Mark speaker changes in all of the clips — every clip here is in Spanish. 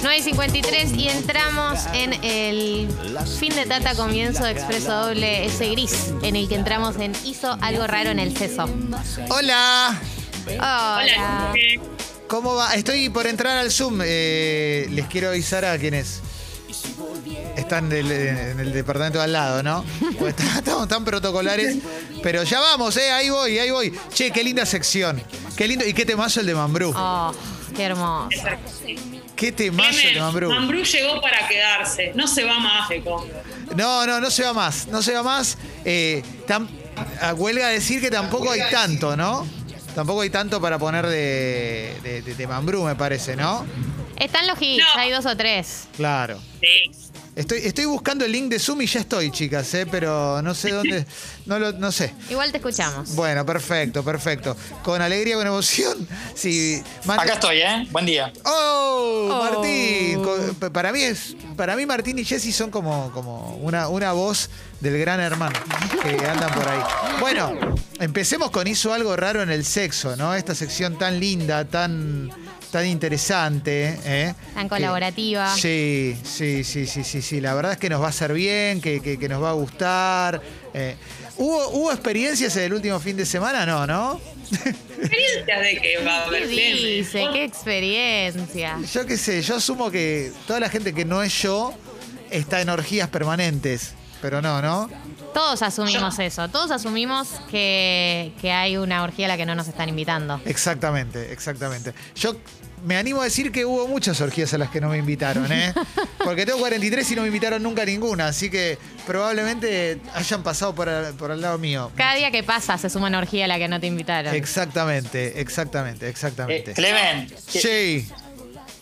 Speaker 1: 9 y 53 y entramos en el fin de Tata, comienzo de Expreso Doble, ese gris en el que entramos en Hizo algo raro en el seso.
Speaker 2: Hola,
Speaker 1: Hola.
Speaker 3: Luque.
Speaker 2: ¿cómo va? Estoy por entrar al Zoom. eh, les quiero avisar a quienes están del- eh, en el departamento al lado, ¿no? Porque está- estamos tan protocolares. Pero ya vamos, ¿eh? Ahí voy, ahí voy. Che, qué linda sección. Qué lindo. ¿Y qué temazo el de Mambrú?
Speaker 1: Oh, qué hermoso.
Speaker 2: ¿Qué temazo el
Speaker 3: Clemen,
Speaker 2: de Mambrú?
Speaker 3: Mambrú llegó para quedarse. No se va más de Congo.
Speaker 2: No, no, no se va más. No se va más. Eh, tam- a huelga decir que tampoco hay tanto, ¿no? Tampoco hay tanto para poner de, de, de- de Mambrú, me parece, ¿no?
Speaker 1: Están los hits,
Speaker 3: No.
Speaker 1: hay dos o tres.
Speaker 2: Claro.
Speaker 3: Sí.
Speaker 2: Estoy, estoy buscando el link de Zoom y ya estoy, chicas, ¿eh? pero no sé dónde. No, lo, no sé.
Speaker 1: Igual te escuchamos.
Speaker 2: Bueno, perfecto, perfecto. Con alegría, con emoción. Sí, Mati-
Speaker 4: Acá estoy, ¿eh? Buen día.
Speaker 2: ¡Oh!
Speaker 1: Oh.
Speaker 2: Martín. Co- pa- Para mí, es, para mí Martín y Jessy son como, como una, una voz del gran hermano que andan por ahí. Bueno, empecemos con Hizo algo raro en el sexo, ¿no? Esta sección tan linda, tan, tan interesante. ¿eh?
Speaker 1: Tan
Speaker 2: Que-
Speaker 1: colaborativa.
Speaker 2: Sí, sí, sí, sí, sí, sí. La verdad es que nos va a hacer bien, que, que- que nos va a gustar. eh. ¿Hubo, ¿Hubo experiencias en el último fin de semana? No, ¿no?
Speaker 3: Experiencias de que va a
Speaker 1: ¿Qué
Speaker 3: haber Clemen.
Speaker 1: dice? ¿Qué experiencia?
Speaker 2: Yo qué sé, yo asumo que toda la gente que no es yo está en orgías permanentes. Pero no, ¿no?
Speaker 1: Todos asumimos eso. Todos asumimos que, que hay una orgía a la que no nos están invitando.
Speaker 2: Exactamente, exactamente. Yo me animo a decir que hubo muchas orgías a las que no me invitaron, ¿eh? Porque tengo 43 y no me invitaron nunca a ninguna, así que probablemente hayan pasado por, al- por al lado mío.
Speaker 1: Cada día que pasa se suma una orgía a la que no te invitaron.
Speaker 2: Exactamente, exactamente,
Speaker 4: Eh,
Speaker 2: exactamente.
Speaker 4: Clemen, qui-
Speaker 2: Sí,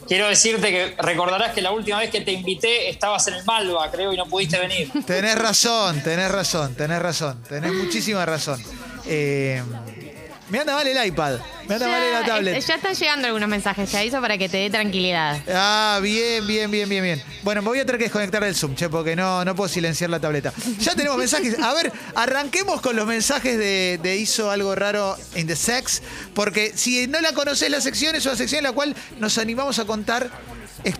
Speaker 4: quiero decirte que recordarás que la última vez que te invité estabas en el Malva, creo, y no pudiste venir.
Speaker 2: tenés razón, tenés razón, tenés razón, tenés muchísima razón. Eh, me anda mal el iPad, me anda mal la tablet.
Speaker 1: ya están llegando algunos mensajes, ya hizo para que te dé tranquilidad.
Speaker 2: Ah, bien, bien, bien, bien, bien. Bueno, me voy a tener que desconectar del Zoom, che, porque no, no puedo silenciar la tableta. Ya tenemos mensajes. A ver, arranquemos con los mensajes de, de Hizo Algo Raro in the Sex, porque si no la conocés, la sección es una sección en la cual nos animamos a contar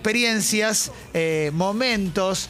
Speaker 2: experiencias, eh, momentos,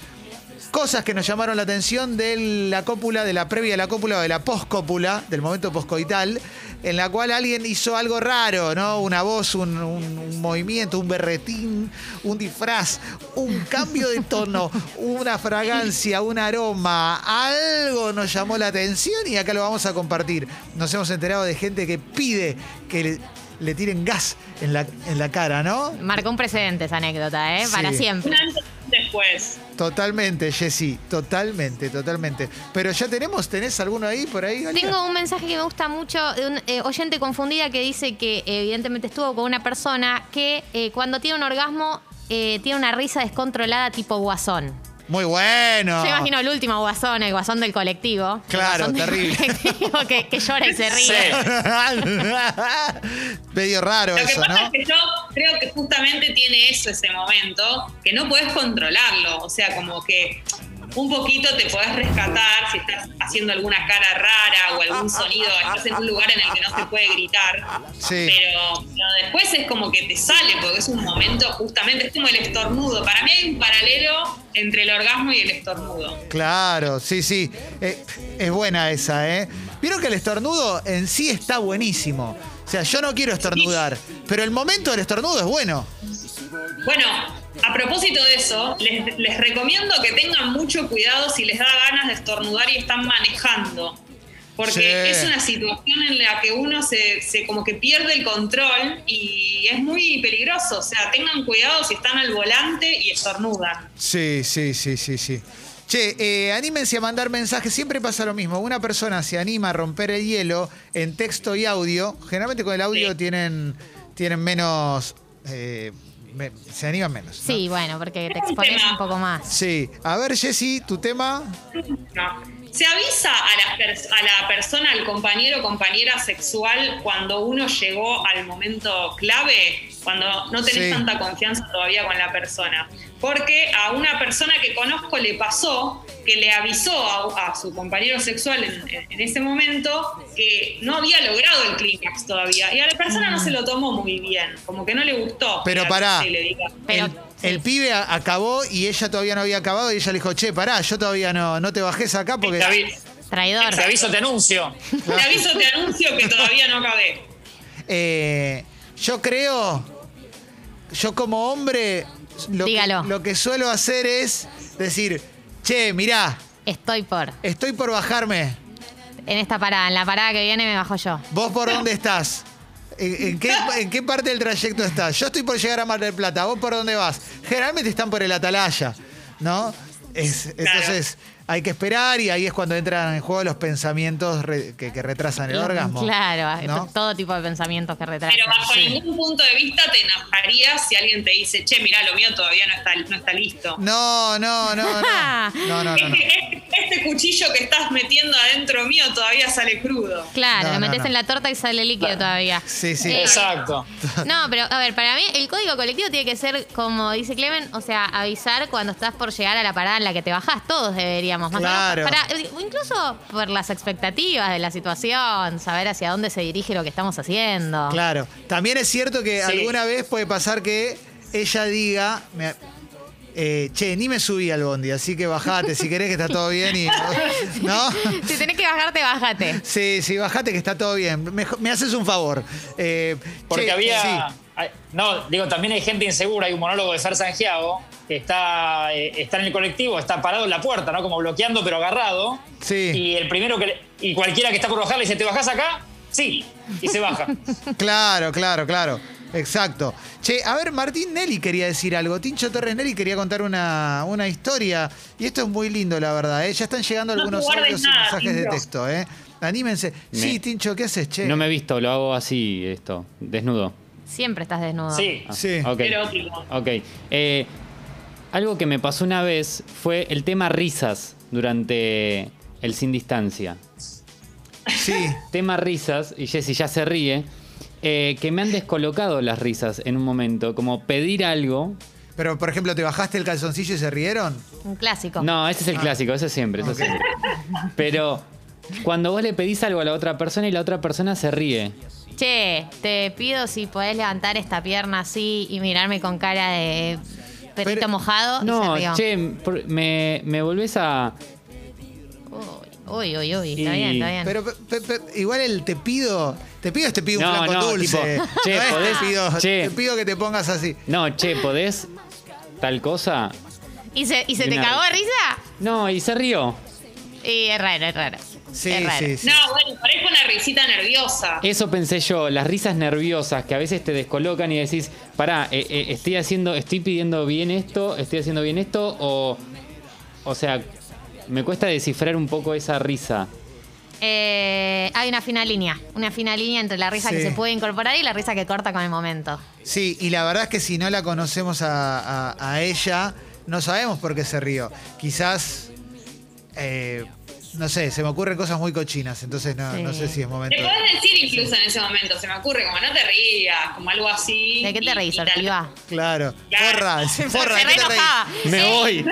Speaker 2: cosas que nos llamaron la atención de la cópula, de la previa de la cópula o de la poscópula, del momento poscoital, en la cual alguien hizo algo raro, ¿no? Una voz, un, un- un movimiento, un berretín, un disfraz, un cambio de tono, una fragancia, un aroma, algo nos llamó la atención y acá lo vamos a compartir. Nos hemos enterado de gente que pide que le, le tiren gas en la, en la cara, ¿no?
Speaker 1: Marcó un precedente esa anécdota, ¿eh?
Speaker 2: Sí.
Speaker 1: Para
Speaker 3: Un
Speaker 1: siempre.
Speaker 3: antes y un después.
Speaker 2: Totalmente, Jessy, totalmente, totalmente. Pero ya tenemos, ¿tenés alguno ahí por ahí? Galia?
Speaker 1: Tengo un mensaje que me gusta mucho de un eh, oyente confundida que dice que eh, evidentemente estuvo con una persona que eh, cuando tiene un orgasmo eh, tiene una risa descontrolada tipo guasón.
Speaker 2: Muy bueno.
Speaker 1: Yo imagino el último guasón, el guasón del colectivo. El
Speaker 2: Ah. Claro,
Speaker 1: guasón del
Speaker 2: terrible.
Speaker 1: colectivo que, que llora y se ríe.
Speaker 4: Sí.
Speaker 2: Medio raro
Speaker 3: Lo que
Speaker 2: eso,
Speaker 3: pasa
Speaker 2: ¿no?
Speaker 3: es que yo creo que justamente tiene eso ese momento, que no puedes controlarlo. O sea, como que un poquito te podés rescatar si estás haciendo alguna cara rara o algún sonido, estás en un lugar en el que no se puede gritar.
Speaker 2: Sí.
Speaker 3: Pero, pero después es como que te sale, porque es un momento justamente, es como el estornudo. Para mí hay un paralelo entre el orgasmo y el estornudo.
Speaker 2: Claro, sí, sí. Eh, es buena esa, ¿eh? Vieron que el estornudo en sí está buenísimo. O sea, yo no quiero estornudar, pero el momento del estornudo es bueno.
Speaker 3: Bueno, a propósito de eso, les, les recomiendo que tengan mucho cuidado si les da ganas de estornudar y están manejando. Porque
Speaker 2: Sí.
Speaker 3: es una situación en la que uno se, se como que pierde el control y es muy peligroso. O sea, tengan cuidado si están al volante y estornudan.
Speaker 2: Sí, sí, sí, sí, sí. Che, eh, anímense a mandar mensajes. Siempre pasa lo mismo. Una persona se anima a romper el hielo en texto y audio. Generalmente con el audio
Speaker 3: Sí.
Speaker 2: tienen, tienen menos. eh, me- se animan menos. ¿no?
Speaker 1: Sí, bueno, porque te
Speaker 3: Es un
Speaker 1: expones
Speaker 3: tema.
Speaker 1: un poco más.
Speaker 2: Sí. A ver, Jessy, tu tema.
Speaker 3: No. Se avisa a la, pers- a la persona, al compañero o compañera sexual cuando uno llegó al momento clave, cuando no tenés
Speaker 2: Sí.
Speaker 3: tanta confianza todavía con la persona. Porque a una persona que conozco le pasó que le avisó a, a su compañero sexual en, en- en ese momento que no había logrado el clímax todavía. Y a la persona no se lo tomó muy bien, como que no le gustó.
Speaker 2: Pero
Speaker 3: que
Speaker 2: pará. Ah.
Speaker 3: avise y le diga.
Speaker 1: Pero
Speaker 2: El- El pibe a- acabó y ella todavía no había acabado y ella le dijo, che, pará, yo todavía no, no te bajes acá porque...
Speaker 4: Te, avi-
Speaker 1: Traidor.
Speaker 4: te aviso, te anuncio.
Speaker 3: Te aviso, te anuncio que todavía no acabé.
Speaker 2: Eh, yo creo, yo como hombre, lo,
Speaker 1: Dígalo.
Speaker 2: Que, lo que suelo hacer es decir, che, mirá,
Speaker 1: Estoy por.
Speaker 2: estoy por bajarme,
Speaker 1: En esta parada, en la parada que viene me bajo yo.
Speaker 2: ¿vos por dónde estás? ¿En, en qué, en qué parte del trayecto estás? Yo estoy por llegar a Mar del Plata, ¿vos por dónde vas? Generalmente están por el Atalaya, ¿no? Es- entonces hay que esperar y ahí es cuando entran en juego los pensamientos re- que, que retrasan el orgasmo.
Speaker 1: Claro,
Speaker 2: ¿no?
Speaker 1: todo tipo de pensamientos que retrasan.
Speaker 3: Pero bajo ningún punto de vista te enojarías si alguien te dice, che, mirá, lo mío todavía no está, no está listo.
Speaker 2: No, no, no, no. No, no, no, no.
Speaker 3: Este, este- este cuchillo que estás metiendo adentro mío todavía sale crudo.
Speaker 1: Claro,
Speaker 2: No,
Speaker 1: lo
Speaker 2: no,
Speaker 1: metes
Speaker 2: no.
Speaker 1: en la torta y sale líquido todavía.
Speaker 2: Sí, sí.
Speaker 1: Eh,
Speaker 4: Exacto.
Speaker 1: No, pero a ver, para mí el código colectivo tiene que ser, como dice Clemen, o sea, avisar cuando estás por llegar a la parada en la que te bajás. Todos deberíamos. Más o menos,
Speaker 2: Claro.
Speaker 1: para- eh, incluso por las expectativas de la situación, saber hacia dónde se dirige lo que estamos
Speaker 3: Ah.
Speaker 1: haciendo.
Speaker 2: Claro. También es cierto que
Speaker 4: Sí.
Speaker 2: alguna vez puede pasar que ella diga, me- eh, che, ni me subí al bondi, así que bajate si querés que está todo bien y... ¿No?
Speaker 1: Si tenés que bajarte, bájate.
Speaker 2: Sí, sí, bajate que está todo bien. Me, me haces un favor. Eh,
Speaker 4: Porque
Speaker 2: che,
Speaker 4: había.
Speaker 2: sí.
Speaker 4: hay- no, digo, también hay gente insegura. Hay un monólogo de Fer Sangiago que está, eh, está en el colectivo, está parado en la puerta, ¿no? Como bloqueando, pero agarrado.
Speaker 2: Sí.
Speaker 4: Y el primero que. le- y cualquiera que está por bajar le dice, ¿te bajás acá? Sí. Y se baja.
Speaker 2: Claro, claro, claro. Exacto. Che, a ver, Martín Nelly quería decir algo. Tincho Torres Nelly quería contar una, una historia. Y esto es muy lindo, la verdad. ¿eh? Ya están llegando
Speaker 3: No
Speaker 2: algunos
Speaker 3: guardes
Speaker 2: audios y
Speaker 3: nada,
Speaker 2: mensajes de
Speaker 3: Tincho.
Speaker 2: texto. ¿eh? Anímense.
Speaker 5: Me-
Speaker 2: Sí, Tincho, ¿qué haces, che?
Speaker 5: No me he visto, lo hago así, esto, desnudo.
Speaker 1: Siempre estás desnudo.
Speaker 4: Sí.
Speaker 5: Ah,
Speaker 2: Sí.
Speaker 5: ok.
Speaker 3: Erótico.
Speaker 5: Ok. Eh, algo que me pasó una vez fue el tema risas durante el sin distancia.
Speaker 2: Sí.
Speaker 5: Tema risas, y Jessy ya se ríe, eh, que me han descolocado las risas en un momento, como pedir algo.
Speaker 2: Pero, por ejemplo, ¿te bajaste el calzoncillo y se rieron?
Speaker 1: Un clásico.
Speaker 5: No, ese es el clásico, ese siempre, ese siempre. Pero cuando vos le pedís algo a la otra persona y la otra persona se ríe.
Speaker 1: Che, te pido si podés levantar esta pierna así y mirarme con cara de perrito
Speaker 2: Pero-
Speaker 1: mojado. y
Speaker 5: No,
Speaker 1: Oh, se rió.
Speaker 5: che, por- me, me volvés a...
Speaker 1: Uy, uy, uy, uy, está
Speaker 5: Y-
Speaker 1: bien, está bien.
Speaker 2: Pero pe- pe- pe- igual el te pido, te pido es te pido un
Speaker 5: No,
Speaker 2: flaco
Speaker 5: no,
Speaker 2: dulce.
Speaker 5: tipo, che,
Speaker 2: No es
Speaker 5: podés-
Speaker 2: te, pido,
Speaker 5: che.
Speaker 2: te pido que te pongas así.
Speaker 5: No, che, ¿podés tal cosa?
Speaker 1: ¿Y se, y se
Speaker 5: Y
Speaker 1: te
Speaker 5: una-
Speaker 1: cagó de risa?
Speaker 5: No, y se rió.
Speaker 1: Y es raro, es raro.
Speaker 2: Sí,
Speaker 1: es raro.
Speaker 2: sí, sí.
Speaker 3: No, bueno, parece una risita nerviosa.
Speaker 5: Eso pensé yo, las risas nerviosas que a veces te descolocan y decís, pará, eh, eh, estoy haciendo, estoy pidiendo bien esto, estoy haciendo bien esto, o. O sea, me cuesta descifrar un poco esa risa.
Speaker 1: Eh, hay una fina línea. Una fina línea entre la risa que
Speaker 2: Sí.
Speaker 1: se puede incorporar y la risa que corta con el momento.
Speaker 2: Sí, y la verdad es que si no la conocemos a, a- a ella, no sabemos por qué se rió. Quizás, eh, no sé, se me ocurren cosas muy cochinas, entonces no,
Speaker 1: Sí.
Speaker 2: no sé si es momento.
Speaker 3: Te podés decir incluso en ese momento, se me ocurre, como no te rías, como algo así.
Speaker 1: ¿De qué
Speaker 3: y-
Speaker 1: te reís,
Speaker 3: y tal-
Speaker 1: Ortiva?
Speaker 2: Claro,
Speaker 3: Claro.
Speaker 2: porra,
Speaker 1: Se
Speaker 2: porra, ¿de
Speaker 1: re
Speaker 2: qué te reís?
Speaker 1: enojaba. Sí.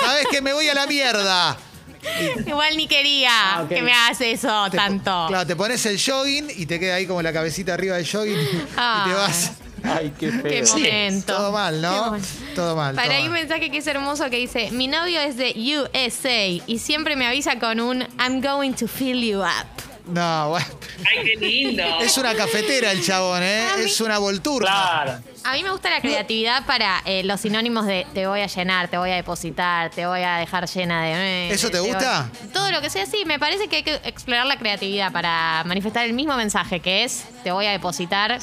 Speaker 2: ¿Sabes que me voy a la mierda?
Speaker 1: Igual ni quería
Speaker 5: ok.
Speaker 1: que me hagas eso
Speaker 2: Ah, Te po-
Speaker 1: tanto.
Speaker 2: Claro, te pones el jogging y te queda ahí como la cabecita arriba del jogging y
Speaker 1: Ay.
Speaker 2: te vas.
Speaker 5: Ay, qué feo.
Speaker 1: Qué momento.
Speaker 2: Todo mal,
Speaker 1: Qué
Speaker 2: ¿no?
Speaker 1: momento.
Speaker 2: Todo mal.
Speaker 1: Para
Speaker 2: todo
Speaker 1: ahí un
Speaker 2: mal.
Speaker 1: mensaje que es hermoso que dice, mi novio es de USA y siempre me avisa con un I'm going to fill you up.
Speaker 2: No, bueno.
Speaker 3: Ay, qué lindo.
Speaker 2: Es una cafetera el chabón, ¿eh?
Speaker 1: A mí-
Speaker 2: Es una volturna.
Speaker 4: Claro.
Speaker 1: A mí me gusta la creatividad para eh, los sinónimos de te voy a llenar, te voy a depositar, te voy a dejar llena de... eh,
Speaker 2: ¿Eso te
Speaker 1: voy-
Speaker 2: gusta?
Speaker 1: Todo lo que sea así, me parece que hay que explorar la creatividad para manifestar el mismo mensaje que es te voy a depositar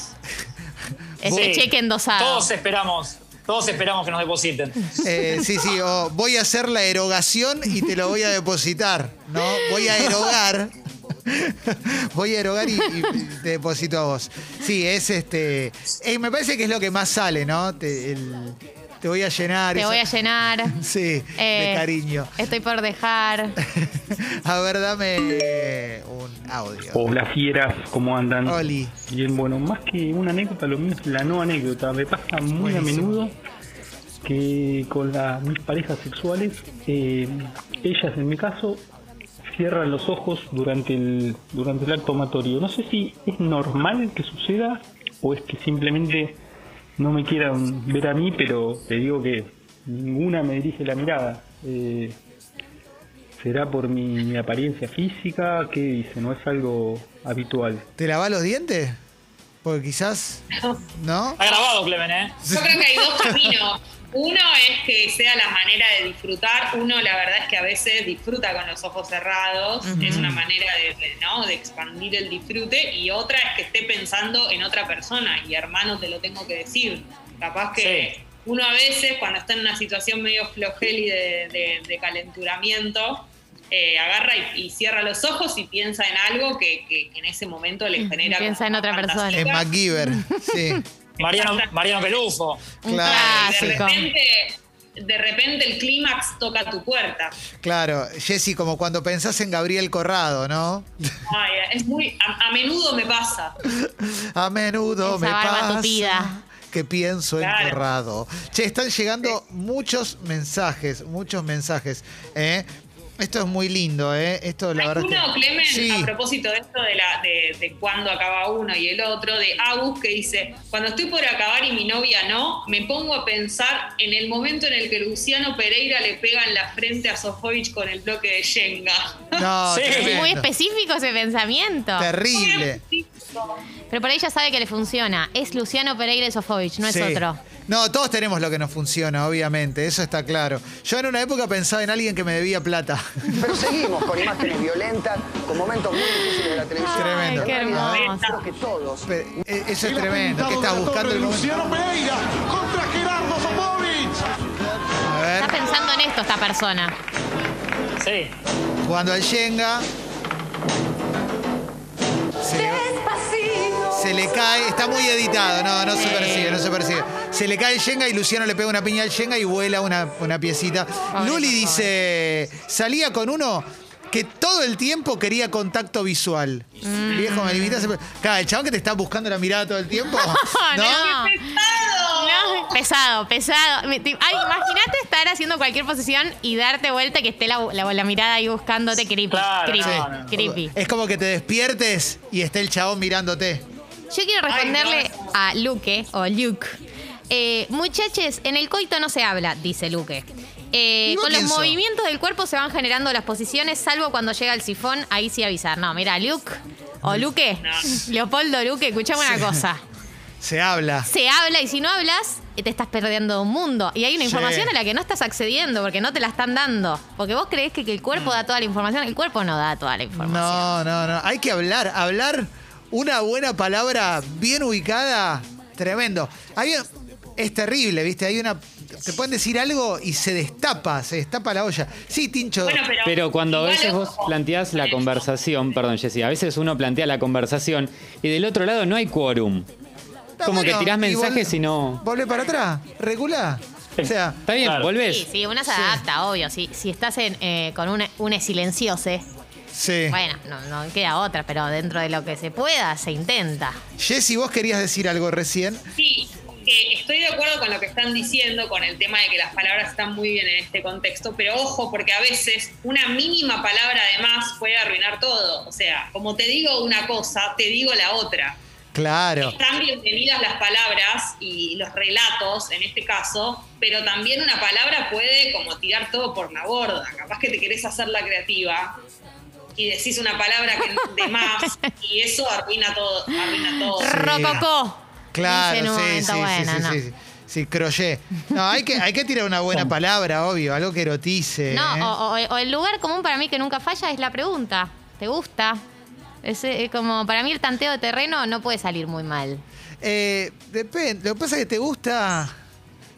Speaker 1: este
Speaker 4: Sí.
Speaker 1: cheque endosado.
Speaker 4: Todos esperamos. Todos esperamos que nos depositen.
Speaker 2: Eh, sí, sí, o voy a hacer la erogación y te lo voy a depositar, ¿no? Voy a erogar. Voy a erogar y, y te deposito a vos. Sí, es este. eh, me parece que es lo que más sale, ¿no? Te, el- te voy a llenar.
Speaker 1: Te
Speaker 2: esa-
Speaker 1: voy a llenar.
Speaker 2: Sí,
Speaker 1: eh,
Speaker 2: de cariño.
Speaker 1: Estoy por dejar.
Speaker 2: A ver, dame eh, un audio.
Speaker 6: Hola fieras, ¿cómo andan?
Speaker 2: Oli.
Speaker 6: Bien, bueno, más que una anécdota, lo mío es la no anécdota. Me pasa muy a
Speaker 2: Buenísimo.
Speaker 6: menudo que con la- mis parejas sexuales, eh, ellas en mi caso, cierran los ojos durante el, durante el acto amatorio. No sé si es normal que suceda o es que simplemente no me quieran ver a mí, pero te digo que ninguna me dirige la mirada. Eh, ¿Será por mi, mi apariencia física? ¿Qué dice? No es algo habitual.
Speaker 2: ¿Te lavas los dientes? Porque quizás. ¿No?
Speaker 4: Está grabado, Clemen, ¿eh?
Speaker 3: Yo creo que hay dos caminos. Uno es que sea la manera de disfrutar. Uno, la verdad es que a veces disfruta con los ojos cerrados. Es una manera de, de, ¿no? de expandir el disfrute. Y otra es que esté pensando en otra persona. Y hermano, te lo tengo que decir. Capaz que
Speaker 4: Sí.
Speaker 3: uno a veces, cuando está en una situación medio flojeli de, de- de calenturamiento, eh, agarra y, y cierra los ojos y piensa en algo que, que- que en ese momento le
Speaker 1: Mm,
Speaker 3: genera.
Speaker 1: piensa
Speaker 3: como
Speaker 1: en otra persona.
Speaker 3: fantasía.
Speaker 2: En MacGyver. Sí.
Speaker 4: Mariano, Mariano Pelufo.
Speaker 1: Un
Speaker 5: Ah,
Speaker 2: Claro.
Speaker 3: de
Speaker 1: clásico.
Speaker 3: repente, de repente el clímax toca tu puerta.
Speaker 2: Claro, Jessy, como cuando pensás en Gabriel Corrado, ¿no?
Speaker 3: Ay, es muy, a, a menudo me pasa.
Speaker 5: Pues
Speaker 2: A menudo
Speaker 1: Esa
Speaker 2: me
Speaker 1: barba
Speaker 2: pasa
Speaker 1: tupida.
Speaker 2: que pienso en
Speaker 3: Claro.
Speaker 2: Corrado. Che, están llegando muchos mensajes, muchos mensajes. ¿eh? Esto es muy lindo, ¿eh? Esto la
Speaker 3: Hay
Speaker 2: verdad. es que-
Speaker 3: uno, Clemen,
Speaker 2: Sí.
Speaker 3: a propósito de esto de, la, de, de cuándo acaba uno y el otro, de Agus que dice, cuando estoy por acabar y mi novia no, me pongo a pensar en el momento en el que Luciano Pereira le pega en la frente a Sofovich con el bloque de Shenga.
Speaker 2: No,
Speaker 4: Sí.
Speaker 1: Es muy
Speaker 2: tremendo.
Speaker 1: específico ese pensamiento.
Speaker 2: Terrible.
Speaker 1: Pero por ahí ya sabe que le funciona. Es Luciano Pereira y Sofovich, no es
Speaker 2: Sí.
Speaker 1: otro.
Speaker 2: No, todos tenemos lo que nos funciona, obviamente, eso está claro. Yo en una época pensaba en alguien que me debía plata.
Speaker 7: Pero seguimos con imágenes violentas, con momentos muy difíciles de la televisión.
Speaker 2: Tremendo.
Speaker 1: Ay, qué
Speaker 7: Realidad,
Speaker 1: hermoso.
Speaker 7: Creo que todos.
Speaker 2: Pe- e- Eso es
Speaker 8: El
Speaker 2: tremendo.
Speaker 8: atentado
Speaker 2: ¿Qué estás
Speaker 8: de la
Speaker 2: buscando?
Speaker 8: torre
Speaker 2: El
Speaker 8: de
Speaker 2: momento?
Speaker 8: Luciano Pereira contra Gerardo Sofovich.
Speaker 2: A ver,
Speaker 1: Está pensando en esto esta persona.
Speaker 4: Sí.
Speaker 2: jugando al Shenga. Se le, se le cae, está muy editado, no, no se percibe, no se percibe. Se le cae el Shenga y Luciano le pega una piña al Shenga y vuela una, una piecita. Luli dice, salía con uno que todo el tiempo quería contacto visual.
Speaker 1: Mm.
Speaker 2: Viejo, me limitas. Claro, el chabón que te está buscando la mirada todo el tiempo.
Speaker 1: Oh, no. No, pesado, pesado. Me- te- Ay, imagínate estar haciendo cualquier posición y darte vuelta y que esté la, la- la mirada ahí buscándote creepy.
Speaker 4: Claro,
Speaker 1: creepy,
Speaker 4: no, no.
Speaker 1: creepy.
Speaker 2: Es como que te despiertes y esté el chabón mirándote.
Speaker 1: Yo quiero responderle a Luque o Luke. Eh, muchachos, en el coito no se habla, dice Luque. Eh,
Speaker 2: ¿Y vos
Speaker 1: con los
Speaker 2: quién sos?
Speaker 1: movimientos del cuerpo se van generando las posiciones, salvo cuando llega el sifón, ahí sí avisar. No, mira, Luke o Luque, Leopoldo Luque, escuchame una cosa.
Speaker 2: Se habla.
Speaker 1: se habla y si no hablas, eh, te estás perdiendo un mundo. Y hay una
Speaker 2: Sí.
Speaker 1: información a la que no estás accediendo porque no te la están dando. Porque vos creés que, que el cuerpo da toda la información. El cuerpo no da toda la información.
Speaker 2: Mm. No, no, no. Hay que hablar. Hablar una buena palabra bien ubicada, tremendo. Hay- es terrible, ¿viste? Hay una. Te pueden decir algo y se destapa, se destapa la olla. Sí, Tincho.
Speaker 3: Bueno, pero,
Speaker 5: Pero cuando a
Speaker 3: igual
Speaker 5: veces
Speaker 3: es
Speaker 5: vos
Speaker 3: como-
Speaker 5: planteás la
Speaker 3: Eh,
Speaker 5: conversación, perdón Jessy, a veces uno plantea la conversación y del otro lado no hay quórum.
Speaker 2: Está
Speaker 5: como
Speaker 2: bueno,
Speaker 5: que tirás
Speaker 2: y
Speaker 5: mensajes
Speaker 2: vol-
Speaker 5: y no...
Speaker 2: Volvé para atrás, regulá. O sea,
Speaker 5: Está bien,
Speaker 4: Claro.
Speaker 5: volvés.
Speaker 1: Sí, sí, uno se adapta, obvio. Si, si estás en, eh, con una, una silenciose,
Speaker 2: sí.
Speaker 1: bueno, no, no queda otra, pero dentro de lo que se pueda, se intenta.
Speaker 2: Jessy, vos querías decir algo recién.
Speaker 3: Sí, que estoy de acuerdo con lo que están diciendo, con el tema de que las palabras están muy bien en este contexto, pero ojo, porque a veces una mínima palabra además puede arruinar todo. O sea, como te digo una cosa, te digo la otra.
Speaker 2: Claro.
Speaker 3: Están bienvenidas las palabras y los relatos en este caso, pero también una palabra puede como tirar todo por la borda. Capaz que te querés hacer la creativa y decís una palabra que, de más y eso arruina todo. Arruina todo.
Speaker 1: Rococó. Dice en
Speaker 2: Claro,
Speaker 1: un
Speaker 2: sí, sí,
Speaker 1: momento,
Speaker 2: sí,
Speaker 1: bueno,
Speaker 2: sí,
Speaker 1: no.
Speaker 2: sí, sí. Sí, crochet. No, hay que, hay que tirar una buena palabra, obvio, algo que erotice. ¿eh?
Speaker 1: No, o, o- o el lugar común para mí que nunca falla es la pregunta. ¿Te gusta? Es, eh, como para mí el tanteo de terreno no puede salir muy mal.
Speaker 2: Eh, depende. Lo que pasa es que te gusta.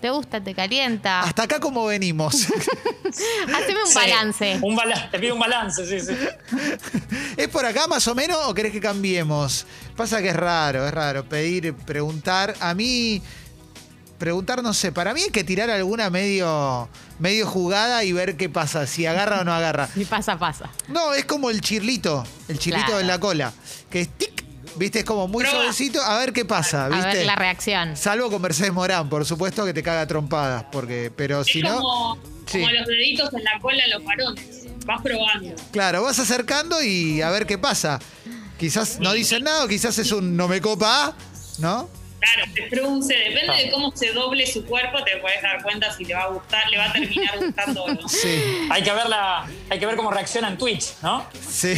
Speaker 1: ¿Te gusta? ¿Te calienta?
Speaker 2: Hasta acá como venimos.
Speaker 1: Haceme un
Speaker 4: Sí.
Speaker 1: balance.
Speaker 4: Un bala- te pido un balance, sí, sí.
Speaker 2: ¿Es por acá más o menos o querés que cambiemos? Pasa que es raro, es raro. Pedir, preguntar. A mí. Preguntar, no sé. Para mí hay que tirar alguna medio. medio jugada y ver qué pasa, si agarra o no agarra.
Speaker 1: Y pasa, pasa.
Speaker 2: No, es como el chirlito. El chirlito
Speaker 1: Claro.
Speaker 2: en la cola. Que es tic. ¿Viste? Es como muy
Speaker 3: Prueba.
Speaker 2: suavecito. A ver qué pasa,
Speaker 1: A
Speaker 2: ¿viste?
Speaker 1: ver la reacción.
Speaker 2: Salvo con Mercedes Morán, por supuesto, que te caga a trompadas. Porque, pero si
Speaker 3: es
Speaker 2: no.
Speaker 3: como,
Speaker 2: Sí.
Speaker 3: como los deditos en la cola de los varones. Vas probando.
Speaker 2: Claro, vas acercando y a ver qué pasa. Quizás no dicen nada, o quizás es un no me copa, ¿no?
Speaker 3: Claro, se frunce,
Speaker 2: Ah.
Speaker 3: depende de cómo se doble su cuerpo, te puedes dar cuenta si le va a gustar, le va a terminar gustando o no.
Speaker 2: Sí,
Speaker 4: Hay que ver, la, hay que ver cómo reacciona en Twitch, ¿no?
Speaker 2: sí,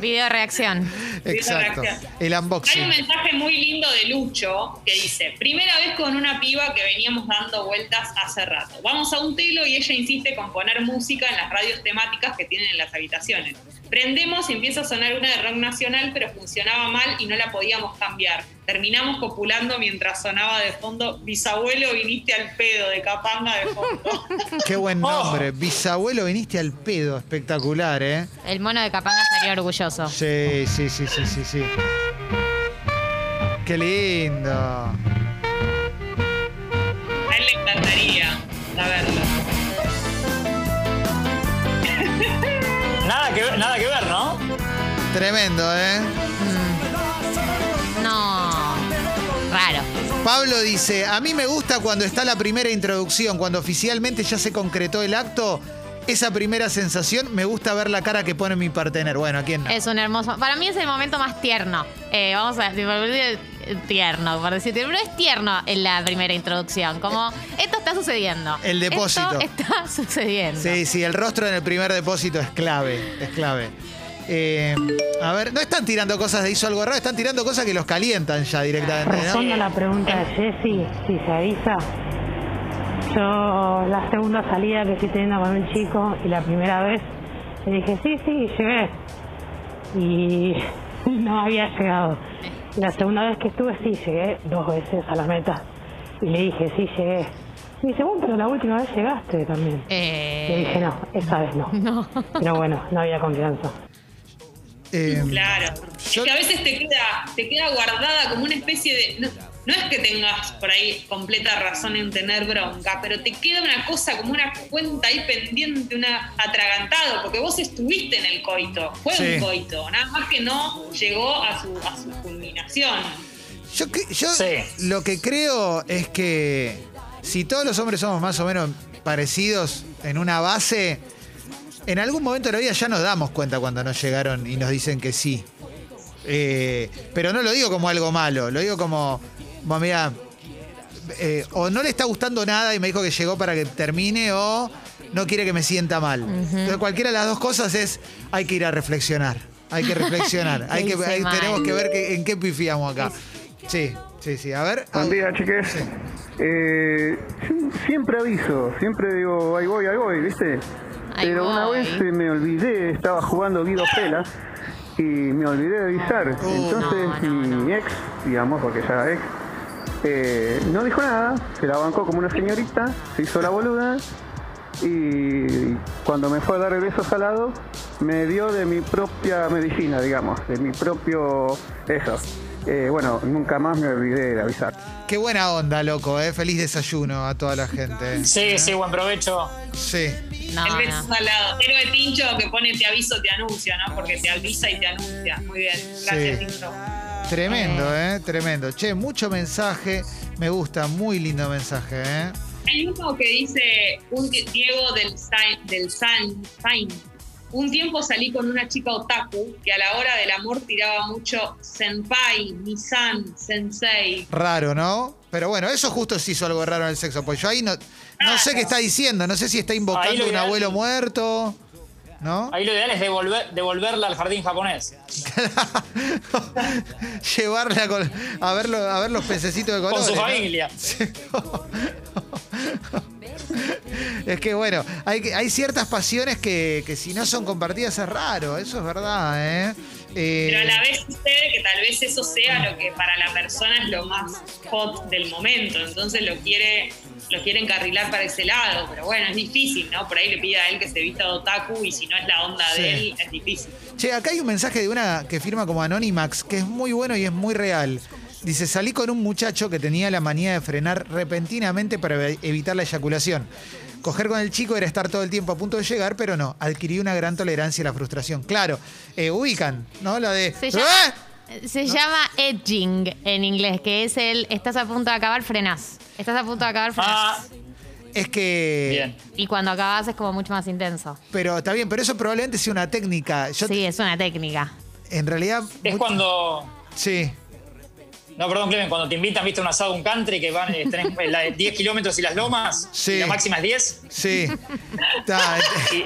Speaker 1: Video reacción.
Speaker 2: exacto. El
Speaker 3: Hay un
Speaker 2: unboxing.
Speaker 3: mensaje muy lindo de Lucho que dice, primera vez con una piba que veníamos dando vueltas hace rato. Vamos a un telo y ella insiste con poner música en las radios temáticas que tienen en las habitaciones. Prendemos y empieza a sonar una de rock nacional, pero funcionaba mal y no la podíamos cambiar. Terminamos copulando mientras sonaba de fondo, bisabuelo viniste al pedo de Capanga de fondo.
Speaker 2: Qué buen nombre. Bisabuelo, viniste al pedo. Espectacular, ¿eh?
Speaker 1: El mono de Capanga salió orgulloso.
Speaker 2: Sí, sí, sí, sí, sí, sí. Qué lindo.
Speaker 3: A él le encantaría saberlo.
Speaker 4: Nada que, ver- nada que ver, ¿no?
Speaker 2: Tremendo, ¿eh?
Speaker 1: No. Raro.
Speaker 2: Pablo dice, a mí me gusta cuando está la primera introducción, cuando oficialmente ya se concretó el acto, esa primera sensación, me gusta ver la cara que pone mi partener. Bueno, ¿a quién no?
Speaker 1: Es un hermoso. Para mí es el momento más tierno. Eh, vamos a tipo, eh, tierno, por decirte. Pero es tierno en la primera introducción. Como esto está sucediendo.
Speaker 2: El depósito.
Speaker 1: Esto está sucediendo.
Speaker 2: Sí, sí, el rostro en el primer depósito es clave, es clave. Eh, a ver, no están tirando cosas de hizo algo raro, están tirando cosas que los calientan ya directamente. ¿no?
Speaker 9: Respondo a la pregunta de Jessy, si se avisa. Yo la segunda salida que estoy teniendo con un chico y la primera vez le dije, sí, sí, llegué. Y no había llegado. La segunda vez que estuve, sí, llegué dos veces a la meta. Y le dije, sí, llegué. Me dice, bueno, pero la última vez llegaste también. Le
Speaker 1: Eh,
Speaker 9: dije, no, esa vez no.
Speaker 1: no.
Speaker 9: Pero bueno, no había confianza.
Speaker 2: Eh,
Speaker 3: Claro.
Speaker 2: Yo-
Speaker 3: Es que a veces te queda, te queda guardada como una especie de. No, no es que tengas por ahí completa razón en tener bronca, pero te queda una cosa como una cuenta ahí pendiente, una atragantado, porque vos estuviste en el coito, fue
Speaker 2: Sí.
Speaker 3: un coito, nada más que no llegó a su, a su culminación.
Speaker 2: Yo, cre- yo
Speaker 4: Sí.
Speaker 2: lo que creo es que si todos los hombres somos más o menos parecidos en una base, en algún momento de la vida ya nos damos cuenta cuando nos llegaron y nos dicen que sí. Eh, pero no lo digo como algo malo, lo digo como, "Bueno, mira, eh, o no le está gustando nada y me dijo que llegó para que termine o no quiere que me sienta mal. Entonces, cualquiera de las dos cosas es, hay que ir a reflexionar, hay que reflexionar, hay que,
Speaker 1: hice
Speaker 2: hay-
Speaker 1: mal.
Speaker 2: tenemos que ver que- en qué pifiamos acá. Sí, sí, sí, a ver.
Speaker 6: Buen día, chiques. Eh, yo siempre aviso, siempre digo, ahí voy, ahí voy, ¿viste?
Speaker 1: Ahí
Speaker 6: Pero una
Speaker 1: voy.
Speaker 6: vez eh, me olvidé, estaba jugando Guido Pela y me olvidé de avisar. Entonces
Speaker 1: Oh, no, no.
Speaker 6: mi ex, digamos, porque ya era ex, eh, no dijo nada, se la bancó como una señorita, se hizo la boluda y cuando me fue a dar el beso salado, me dio de mi propia medicina, digamos, de mi propio eso. Eh, bueno, nunca más me olvidé de avisar.
Speaker 2: Qué buena onda, loco, eh. feliz desayuno a toda la gente. ¿Eh?
Speaker 4: Sí, sí, buen provecho.
Speaker 2: Sí.
Speaker 1: Ah, No,
Speaker 3: el beso
Speaker 1: no.
Speaker 3: salado. Héroe Tincho que pone te aviso, te anuncia, ¿no? Porque te avisa y te anuncia. Muy bien. Gracias,
Speaker 2: Sí.
Speaker 3: Tincho.
Speaker 2: Tremendo, eh, tremendo. Che, mucho mensaje, me gusta, muy lindo mensaje, eh.
Speaker 3: Hay uno que dice un di- Diego del Sain, del Sain, Sain. Un tiempo salí con una chica otaku que a la hora del amor tiraba mucho senpai, nisan, sensei.
Speaker 2: Raro, ¿no? Pero bueno, eso justo se hizo algo raro en el sexo, pues yo ahí no, no sé qué está diciendo, no sé si está
Speaker 4: Ahí
Speaker 2: invocando
Speaker 4: lo
Speaker 2: un
Speaker 4: ideal-
Speaker 2: abuelo muerto, ¿no?
Speaker 4: Ahí lo ideal es devolver, devolverla al jardín japonés.
Speaker 2: Llevarla con- a, ver lo- a ver los pececitos de colores.
Speaker 4: Con su
Speaker 2: ¿no?
Speaker 4: familia.
Speaker 2: Sí. es que bueno, hay, que- hay ciertas pasiones que, que si no son compartidas es raro, eso es verdad, ¿eh? Eh,
Speaker 3: Pero a la vez sucede que tal vez eso sea lo que para la persona es lo más hot del momento. Entonces lo quiere, lo quiere encarrilar para ese lado. Pero bueno, es difícil, ¿no? Por ahí le pide a él que se vista de otaku y si no es la onda
Speaker 2: Sí.
Speaker 3: de él, es difícil.
Speaker 2: Che, acá hay un mensaje de una que firma como Anonymax, que es muy bueno y es muy real. Dice, salí con un muchacho que tenía la manía de frenar repentinamente para ev- evitar la eyaculación. Coger con el chico era estar todo el tiempo a punto de llegar, pero no, adquirí una gran tolerancia a la frustración. Claro, eh, ubican, ¿no? La de...
Speaker 1: Se llama,
Speaker 2: ¡Ah!
Speaker 1: se llama edging en inglés, que es el estás a punto de acabar, frenás. Estás a punto de acabar, frenás.
Speaker 4: Ah,
Speaker 2: Es que...
Speaker 4: bien.
Speaker 1: Y cuando acabas es como mucho más intenso.
Speaker 2: Pero está bien, pero eso probablemente sea una técnica. Yo,
Speaker 1: sí, es una técnica.
Speaker 2: En realidad...
Speaker 4: Es
Speaker 2: mu-
Speaker 4: cuando,
Speaker 2: Sí.
Speaker 4: No, perdón, Clemen, cuando te invitan, viste, un asado, un country, que van, eh, tenés eh, la de 10 kilómetros y las lomas,
Speaker 2: Sí.
Speaker 4: y la máxima es 10,
Speaker 2: Sí. Está,
Speaker 4: y, y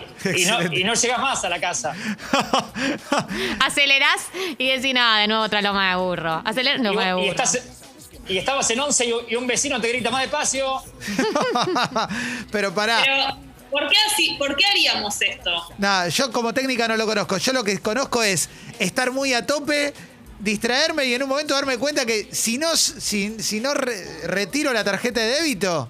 Speaker 4: no,
Speaker 2: excelente.
Speaker 4: y no llegas más a la casa.
Speaker 1: Acelerás y decís, nada, de nuevo otra loma de burro. Acelerás, loma de
Speaker 4: y, y
Speaker 1: burro.
Speaker 4: estás- y estabas en 11 y, y un vecino te grita más despacio.
Speaker 2: Pero pará.
Speaker 3: Pero, ¿por qué, así, ¿por qué haríamos esto?
Speaker 2: Nada, yo como técnica no lo conozco. Yo lo que conozco es estar muy a tope, distraerme y en un momento darme cuenta que si no, si, si no re- retiro la tarjeta de débito,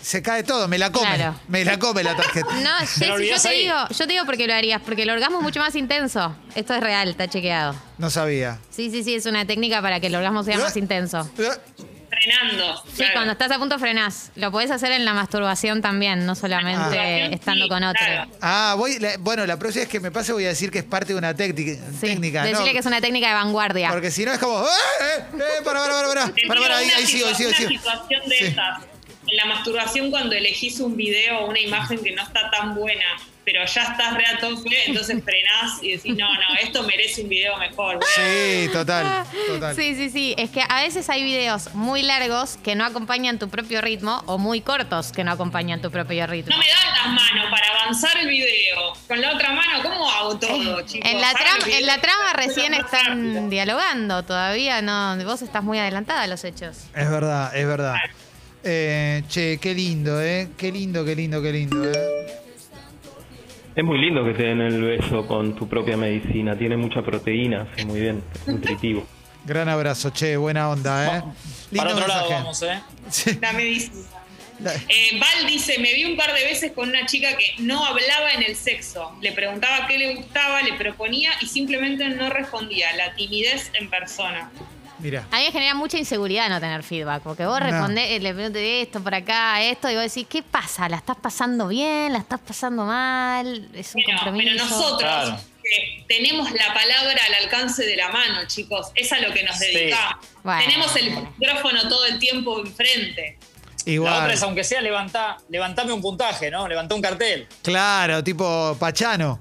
Speaker 2: se cae todo, me la come.
Speaker 1: Claro.
Speaker 2: Me la come la tarjeta.
Speaker 1: No, Jessy, yo
Speaker 4: olvidás
Speaker 1: te
Speaker 4: ahí.
Speaker 1: digo, yo te digo porque lo harías, porque el orgasmo es mucho más intenso. Esto es real, está chequeado.
Speaker 2: No sabía.
Speaker 1: Sí, sí, sí, es una técnica para que el orgasmo sea más intenso.
Speaker 3: Frenando.
Speaker 1: Sí,
Speaker 3: claro.
Speaker 1: cuando estás a punto frenás. Lo podés hacer en la masturbación también, no solamente
Speaker 3: Ah.
Speaker 1: estando
Speaker 3: Sí,
Speaker 1: con otro.
Speaker 3: claro.
Speaker 2: Ah, voy, la- bueno, la próxima vez que me pase voy a decir que es parte de una técnica.
Speaker 1: Sí,
Speaker 2: técnica
Speaker 1: decirle
Speaker 2: ¿no?
Speaker 1: que es una técnica de vanguardia.
Speaker 2: Porque si no es como. ¡Eh, eh, eh! Para, para, para, para.
Speaker 3: Te
Speaker 2: Para,
Speaker 3: digo,
Speaker 2: para, ahí,
Speaker 3: una
Speaker 2: ahí sigo, ahí sigo, ahí
Speaker 3: situa-
Speaker 2: sigo.
Speaker 3: Una situación de
Speaker 2: Sí.
Speaker 3: esas. En la masturbación, cuando elegís un video o una imagen que no está tan buena, pero ya estás re a tope, entonces frenás y decís, no, no, esto merece un video mejor. voy a-
Speaker 2: Sí, total, total.
Speaker 1: Sí, sí, sí. Es que a veces hay videos muy largos que no acompañan tu propio ritmo o muy cortos que no acompañan tu propio ritmo.
Speaker 3: No me dan las manos para avanzar el video. Con la otra mano, ¿cómo hago todo, chicos?
Speaker 1: Eh, En la,
Speaker 3: Hagan
Speaker 1: trama,
Speaker 3: el video.
Speaker 1: en la trama recién
Speaker 3: Más rápido.
Speaker 1: están dialogando, todavía no. Vos estás muy adelantada a los hechos.
Speaker 2: Es verdad, es verdad. Eh, che, qué lindo, ¿eh? Qué lindo, qué lindo, qué lindo, ¿eh?
Speaker 6: Es muy lindo que te den el beso con tu propia medicina. Tiene mucha proteína, hace muy bien, es nutritivo.
Speaker 2: Gran abrazo, che, buena onda, ¿eh? Lindo
Speaker 4: Para otro lado
Speaker 2: mensaje.
Speaker 4: vamos, ¿eh?
Speaker 2: Sí,
Speaker 3: La medicina.
Speaker 2: la-
Speaker 3: Eh, Val dice, me vi un par de veces con una chica que no hablaba en el sexo. Le preguntaba qué le gustaba, le proponía y simplemente no respondía. La timidez en persona.
Speaker 2: Mira.
Speaker 1: A mí me genera mucha inseguridad no tener feedback, porque vos
Speaker 2: No.
Speaker 1: respondés, eh, le pregunté de esto, por acá, esto, y vos decís, ¿qué pasa? ¿La estás pasando bien? ¿La estás pasando mal? ¿Es un
Speaker 3: Bueno,
Speaker 1: compromiso?
Speaker 3: pero nosotros
Speaker 4: Claro.
Speaker 3: que tenemos la palabra al alcance de la mano, chicos. Es a lo que nos
Speaker 4: Sí.
Speaker 3: dedicamos.
Speaker 1: Bueno.
Speaker 3: Tenemos el micrófono todo el tiempo enfrente.
Speaker 4: La otra
Speaker 2: Igual.
Speaker 4: es, aunque sea, levantá, levantame un puntaje, ¿no? Levantá un cartel.
Speaker 2: Claro, tipo Pachano.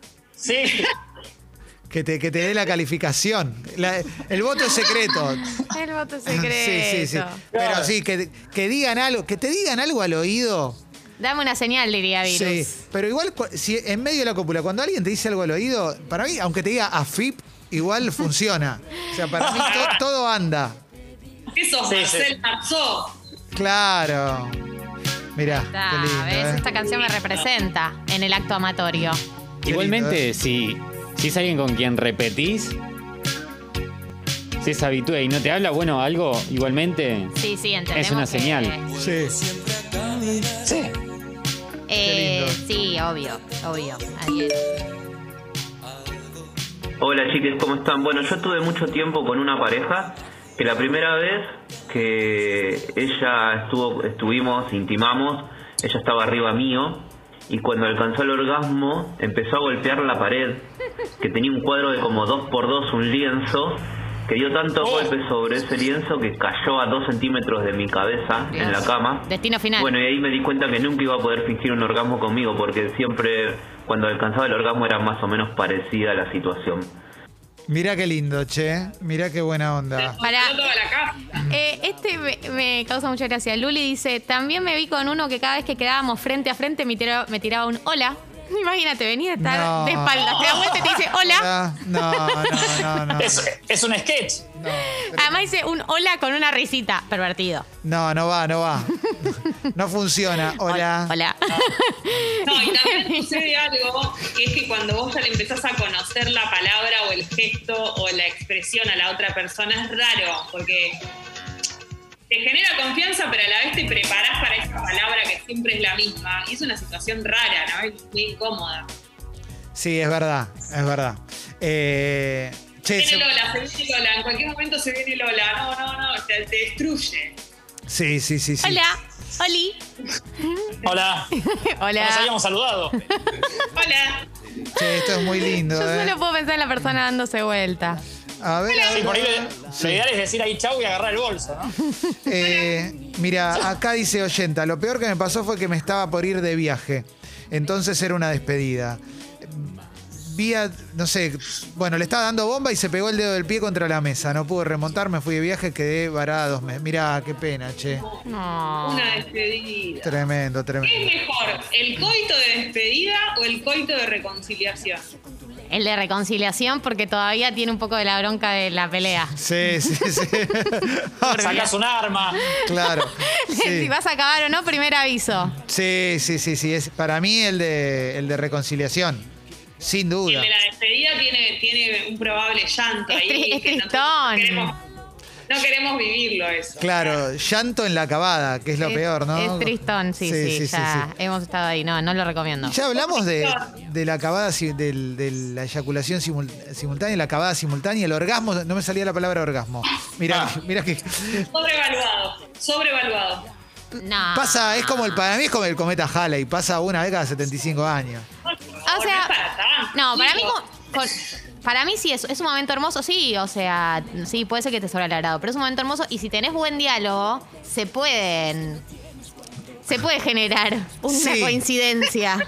Speaker 4: Sí.
Speaker 2: Que te, que te dé la calificación. La- el voto es secreto.
Speaker 1: El voto es
Speaker 2: Sí,
Speaker 1: secreto.
Speaker 2: sí, sí. Pero sí, que, que digan algo, que te digan algo al oído.
Speaker 1: Dame una señal, diría Virus.
Speaker 2: Sí, pero igual, cu- si en medio de la cópula, cuando alguien te dice algo al oído, para mí, aunque te diga AFIP, igual funciona. O sea, para mí to- todo anda.
Speaker 3: ¿Qué sos,
Speaker 4: Sí,
Speaker 3: Marcel
Speaker 4: sí.
Speaker 3: Marzó?
Speaker 2: Claro. Mirá,
Speaker 1: Ta,
Speaker 2: qué lindo,
Speaker 1: Ah, ¿ves?
Speaker 2: ¿eh?
Speaker 1: Esta canción me representa en el acto amatorio.
Speaker 2: Qué lindo,
Speaker 5: Igualmente,
Speaker 2: ¿eh?
Speaker 5: si, si es alguien con quien repetís, si es habitué y no te habla, bueno, algo igualmente.
Speaker 1: Sí, sí, entendemos.
Speaker 5: Es una
Speaker 1: que-
Speaker 5: señal.
Speaker 2: Sí.
Speaker 4: Sí.
Speaker 1: Eh,
Speaker 2: Qué lindo.
Speaker 1: sí, obvio, obvio. Ahí es.
Speaker 6: Hola chicos, ¿cómo están? Bueno, yo estuve mucho tiempo con una pareja que la primera vez que ella estuvo, estuvimos, intimamos, ella estaba arriba mío y cuando alcanzó el orgasmo empezó a golpear la pared que tenía un cuadro de como dos por dos, un lienzo que dio tantos
Speaker 4: Oh.
Speaker 6: golpes sobre ese lienzo que cayó a dos centímetros de mi cabeza
Speaker 1: Dios.
Speaker 6: en la cama.
Speaker 1: Destino final.
Speaker 6: Bueno, y ahí me di cuenta que nunca iba a poder fingir un orgasmo conmigo porque siempre cuando alcanzaba el orgasmo era más o menos parecida la situación.
Speaker 2: Mirá qué lindo, che. Mirá qué buena onda.
Speaker 1: Pará.
Speaker 3: Todo a la casa.
Speaker 1: Eh, este me, me causa mucha gracia. Luli dice, también me vi con uno que cada vez que quedábamos frente a frente me tiraba, me tiraba un hola. Imagínate, venía a estar
Speaker 2: No.
Speaker 1: de espaldas, te da vuelta y te dice hola.
Speaker 2: Ah, No, no, no, no.
Speaker 4: Es, es un sketch.
Speaker 1: Además dice un hola con una risita. Pervertido.
Speaker 2: No, no va, no va. No funciona. Hola.
Speaker 1: Hola.
Speaker 3: No, y también sucede algo, que es que cuando vos ya le empezás a conocer la palabra o el gesto o la expresión a la otra persona, es raro, porque te genera confianza, pero a la vez te preparás para esa palabra que siempre es la misma. Y es una situación rara, ¿no? Es muy incómoda.
Speaker 2: Sí, es verdad, es verdad. Eh, che, se-
Speaker 3: Viene Lola, se viene Lola, en cualquier momento se viene Lola. No, no, no, te, te destruye.
Speaker 2: sí, sí, sí, sí.
Speaker 1: Hola. Oli.
Speaker 4: Hola. No Nos
Speaker 1: Hola.
Speaker 4: habíamos saludado.
Speaker 3: Hola.
Speaker 2: Che, esto es muy lindo.
Speaker 1: Yo
Speaker 2: eh.
Speaker 1: solo puedo pensar en la persona dándose vuelta.
Speaker 2: A ver, a
Speaker 4: Sí,
Speaker 2: ver,
Speaker 4: por ahí
Speaker 2: a ver.
Speaker 4: lo, lo ideal es decir ahí chau y agarrar el bolso, ¿no?
Speaker 2: Eh, mira, acá dice Oyenta, lo peor que me pasó fue que me estaba por ir de viaje. Entonces era una despedida. vía, no sé, bueno, le estaba dando bomba y se pegó el dedo del pie contra la mesa. No pude remontar, me fui de viaje, quedé varada dos meses. Mirá, qué pena, che.
Speaker 1: No.
Speaker 3: Una despedida.
Speaker 2: Tremendo,
Speaker 3: ¿Qué
Speaker 2: tremendo.
Speaker 3: es mejor, el coito de despedida o el coito de reconciliación?
Speaker 1: El de reconciliación porque todavía tiene un poco de la bronca de la pelea.
Speaker 2: Sí, sí, sí.
Speaker 4: Sacás un arma.
Speaker 2: claro.
Speaker 1: si
Speaker 2: Sí.
Speaker 1: vas a acabar o no, primer aviso.
Speaker 2: sí, sí, sí, sí, Es para mí el de, el de reconciliación. Sin
Speaker 3: El
Speaker 2: duda.
Speaker 3: de la despedida tiene, tiene un probable llanto
Speaker 1: Es
Speaker 3: ahí.
Speaker 1: tri- es
Speaker 3: que nosotros
Speaker 1: tristón.
Speaker 3: queremos- No queremos vivirlo eso.
Speaker 2: Claro, llanto en la acabada, que es lo
Speaker 1: Es-
Speaker 2: peor, ¿no?
Speaker 1: Es tristón, sí, sí, ya hemos estado ahí. No, no lo recomiendo.
Speaker 2: Ya hablamos de, de la acabada, si- del- de la eyaculación simul- simultánea, la acabada simultánea, el orgasmo, no me salía la palabra orgasmo. Mira, mira que
Speaker 3: Sobrevaluado, sobrevaluado.
Speaker 1: No.
Speaker 2: pasa, es como el para mí es como el cometa Halley, pasa una vez cada 75 años.
Speaker 1: O sea,
Speaker 3: no es para tanto,
Speaker 1: No, para mí,
Speaker 3: chicos.
Speaker 1: con- con- para mí sí es, es un momento hermoso, sí, o sea, sí, puede ser que te sobra el agrado, pero es un momento hermoso y si tenés buen diálogo, se pueden. Se puede generar una
Speaker 2: Sí.
Speaker 1: coincidencia.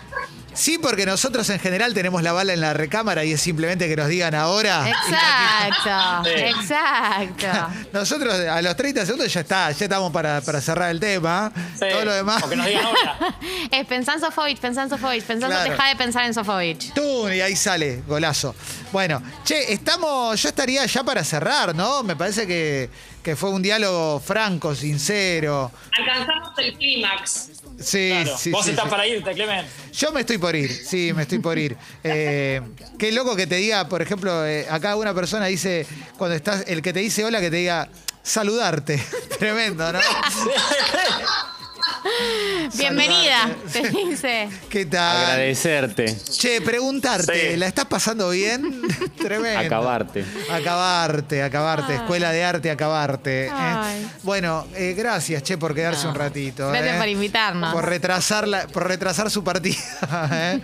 Speaker 2: Sí, porque nosotros en general tenemos la bala en la recámara y es simplemente que nos digan ahora. Ah,
Speaker 1: Exacto,
Speaker 4: Sí.
Speaker 1: exacto.
Speaker 2: Nosotros a los 30 segundos ya está, ya estamos para, para cerrar el tema.
Speaker 4: Sí.
Speaker 2: Todo lo demás.
Speaker 4: O que nos digan hola.
Speaker 1: Es pensar en Sofovich, pensar en Sofovich, pensar
Speaker 2: Claro.
Speaker 1: deja de pensar en Sofovich.
Speaker 2: ¡Tum! Y ahí sale, golazo. Bueno, che, estamos, yo estaría ya para cerrar, ¿no? Me parece que, que fue un diálogo franco, sincero.
Speaker 3: Alcanzamos el clímax.
Speaker 2: Sí,
Speaker 4: Claro.
Speaker 2: sí,
Speaker 4: Vos
Speaker 2: sí,
Speaker 4: estás
Speaker 2: sí.
Speaker 4: para irte, Clemen.
Speaker 2: Yo me estoy por ir, sí, me estoy por ir. Eh, qué loco que te diga, por ejemplo, eh, acá una persona dice, cuando estás, el que te dice hola, que te diga saludarte. Tremendo, ¿no?
Speaker 1: Bienvenida, te dice.
Speaker 2: ¿Qué tal?
Speaker 5: Agradecerte,
Speaker 2: Che, preguntarte,
Speaker 4: Sí.
Speaker 2: ¿la estás pasando bien? Tremendo.
Speaker 5: acabarte.
Speaker 2: Acabarte, acabarte. Escuela de arte, acabarte. ¿eh?
Speaker 1: Ay.
Speaker 2: Bueno, eh, gracias, Che, por quedarse un ratito.
Speaker 1: Gracias
Speaker 2: ¿eh?
Speaker 1: por invitarnos.
Speaker 2: Por retrasar, la- por retrasar su partida. ¿eh?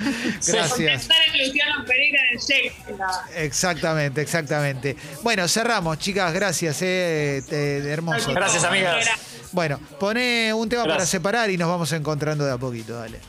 Speaker 2: Gracias.
Speaker 3: Pensar en Luciano Pereira en Shakespeare.
Speaker 2: Exactamente, exactamente. Bueno, cerramos, chicas. Gracias, ¿eh? Te- hermoso.
Speaker 4: Gracias, amigas.
Speaker 2: Bueno, pone un tema para
Speaker 4: Gracias.
Speaker 2: separar y nos vamos encontrando de a poquito. Dale.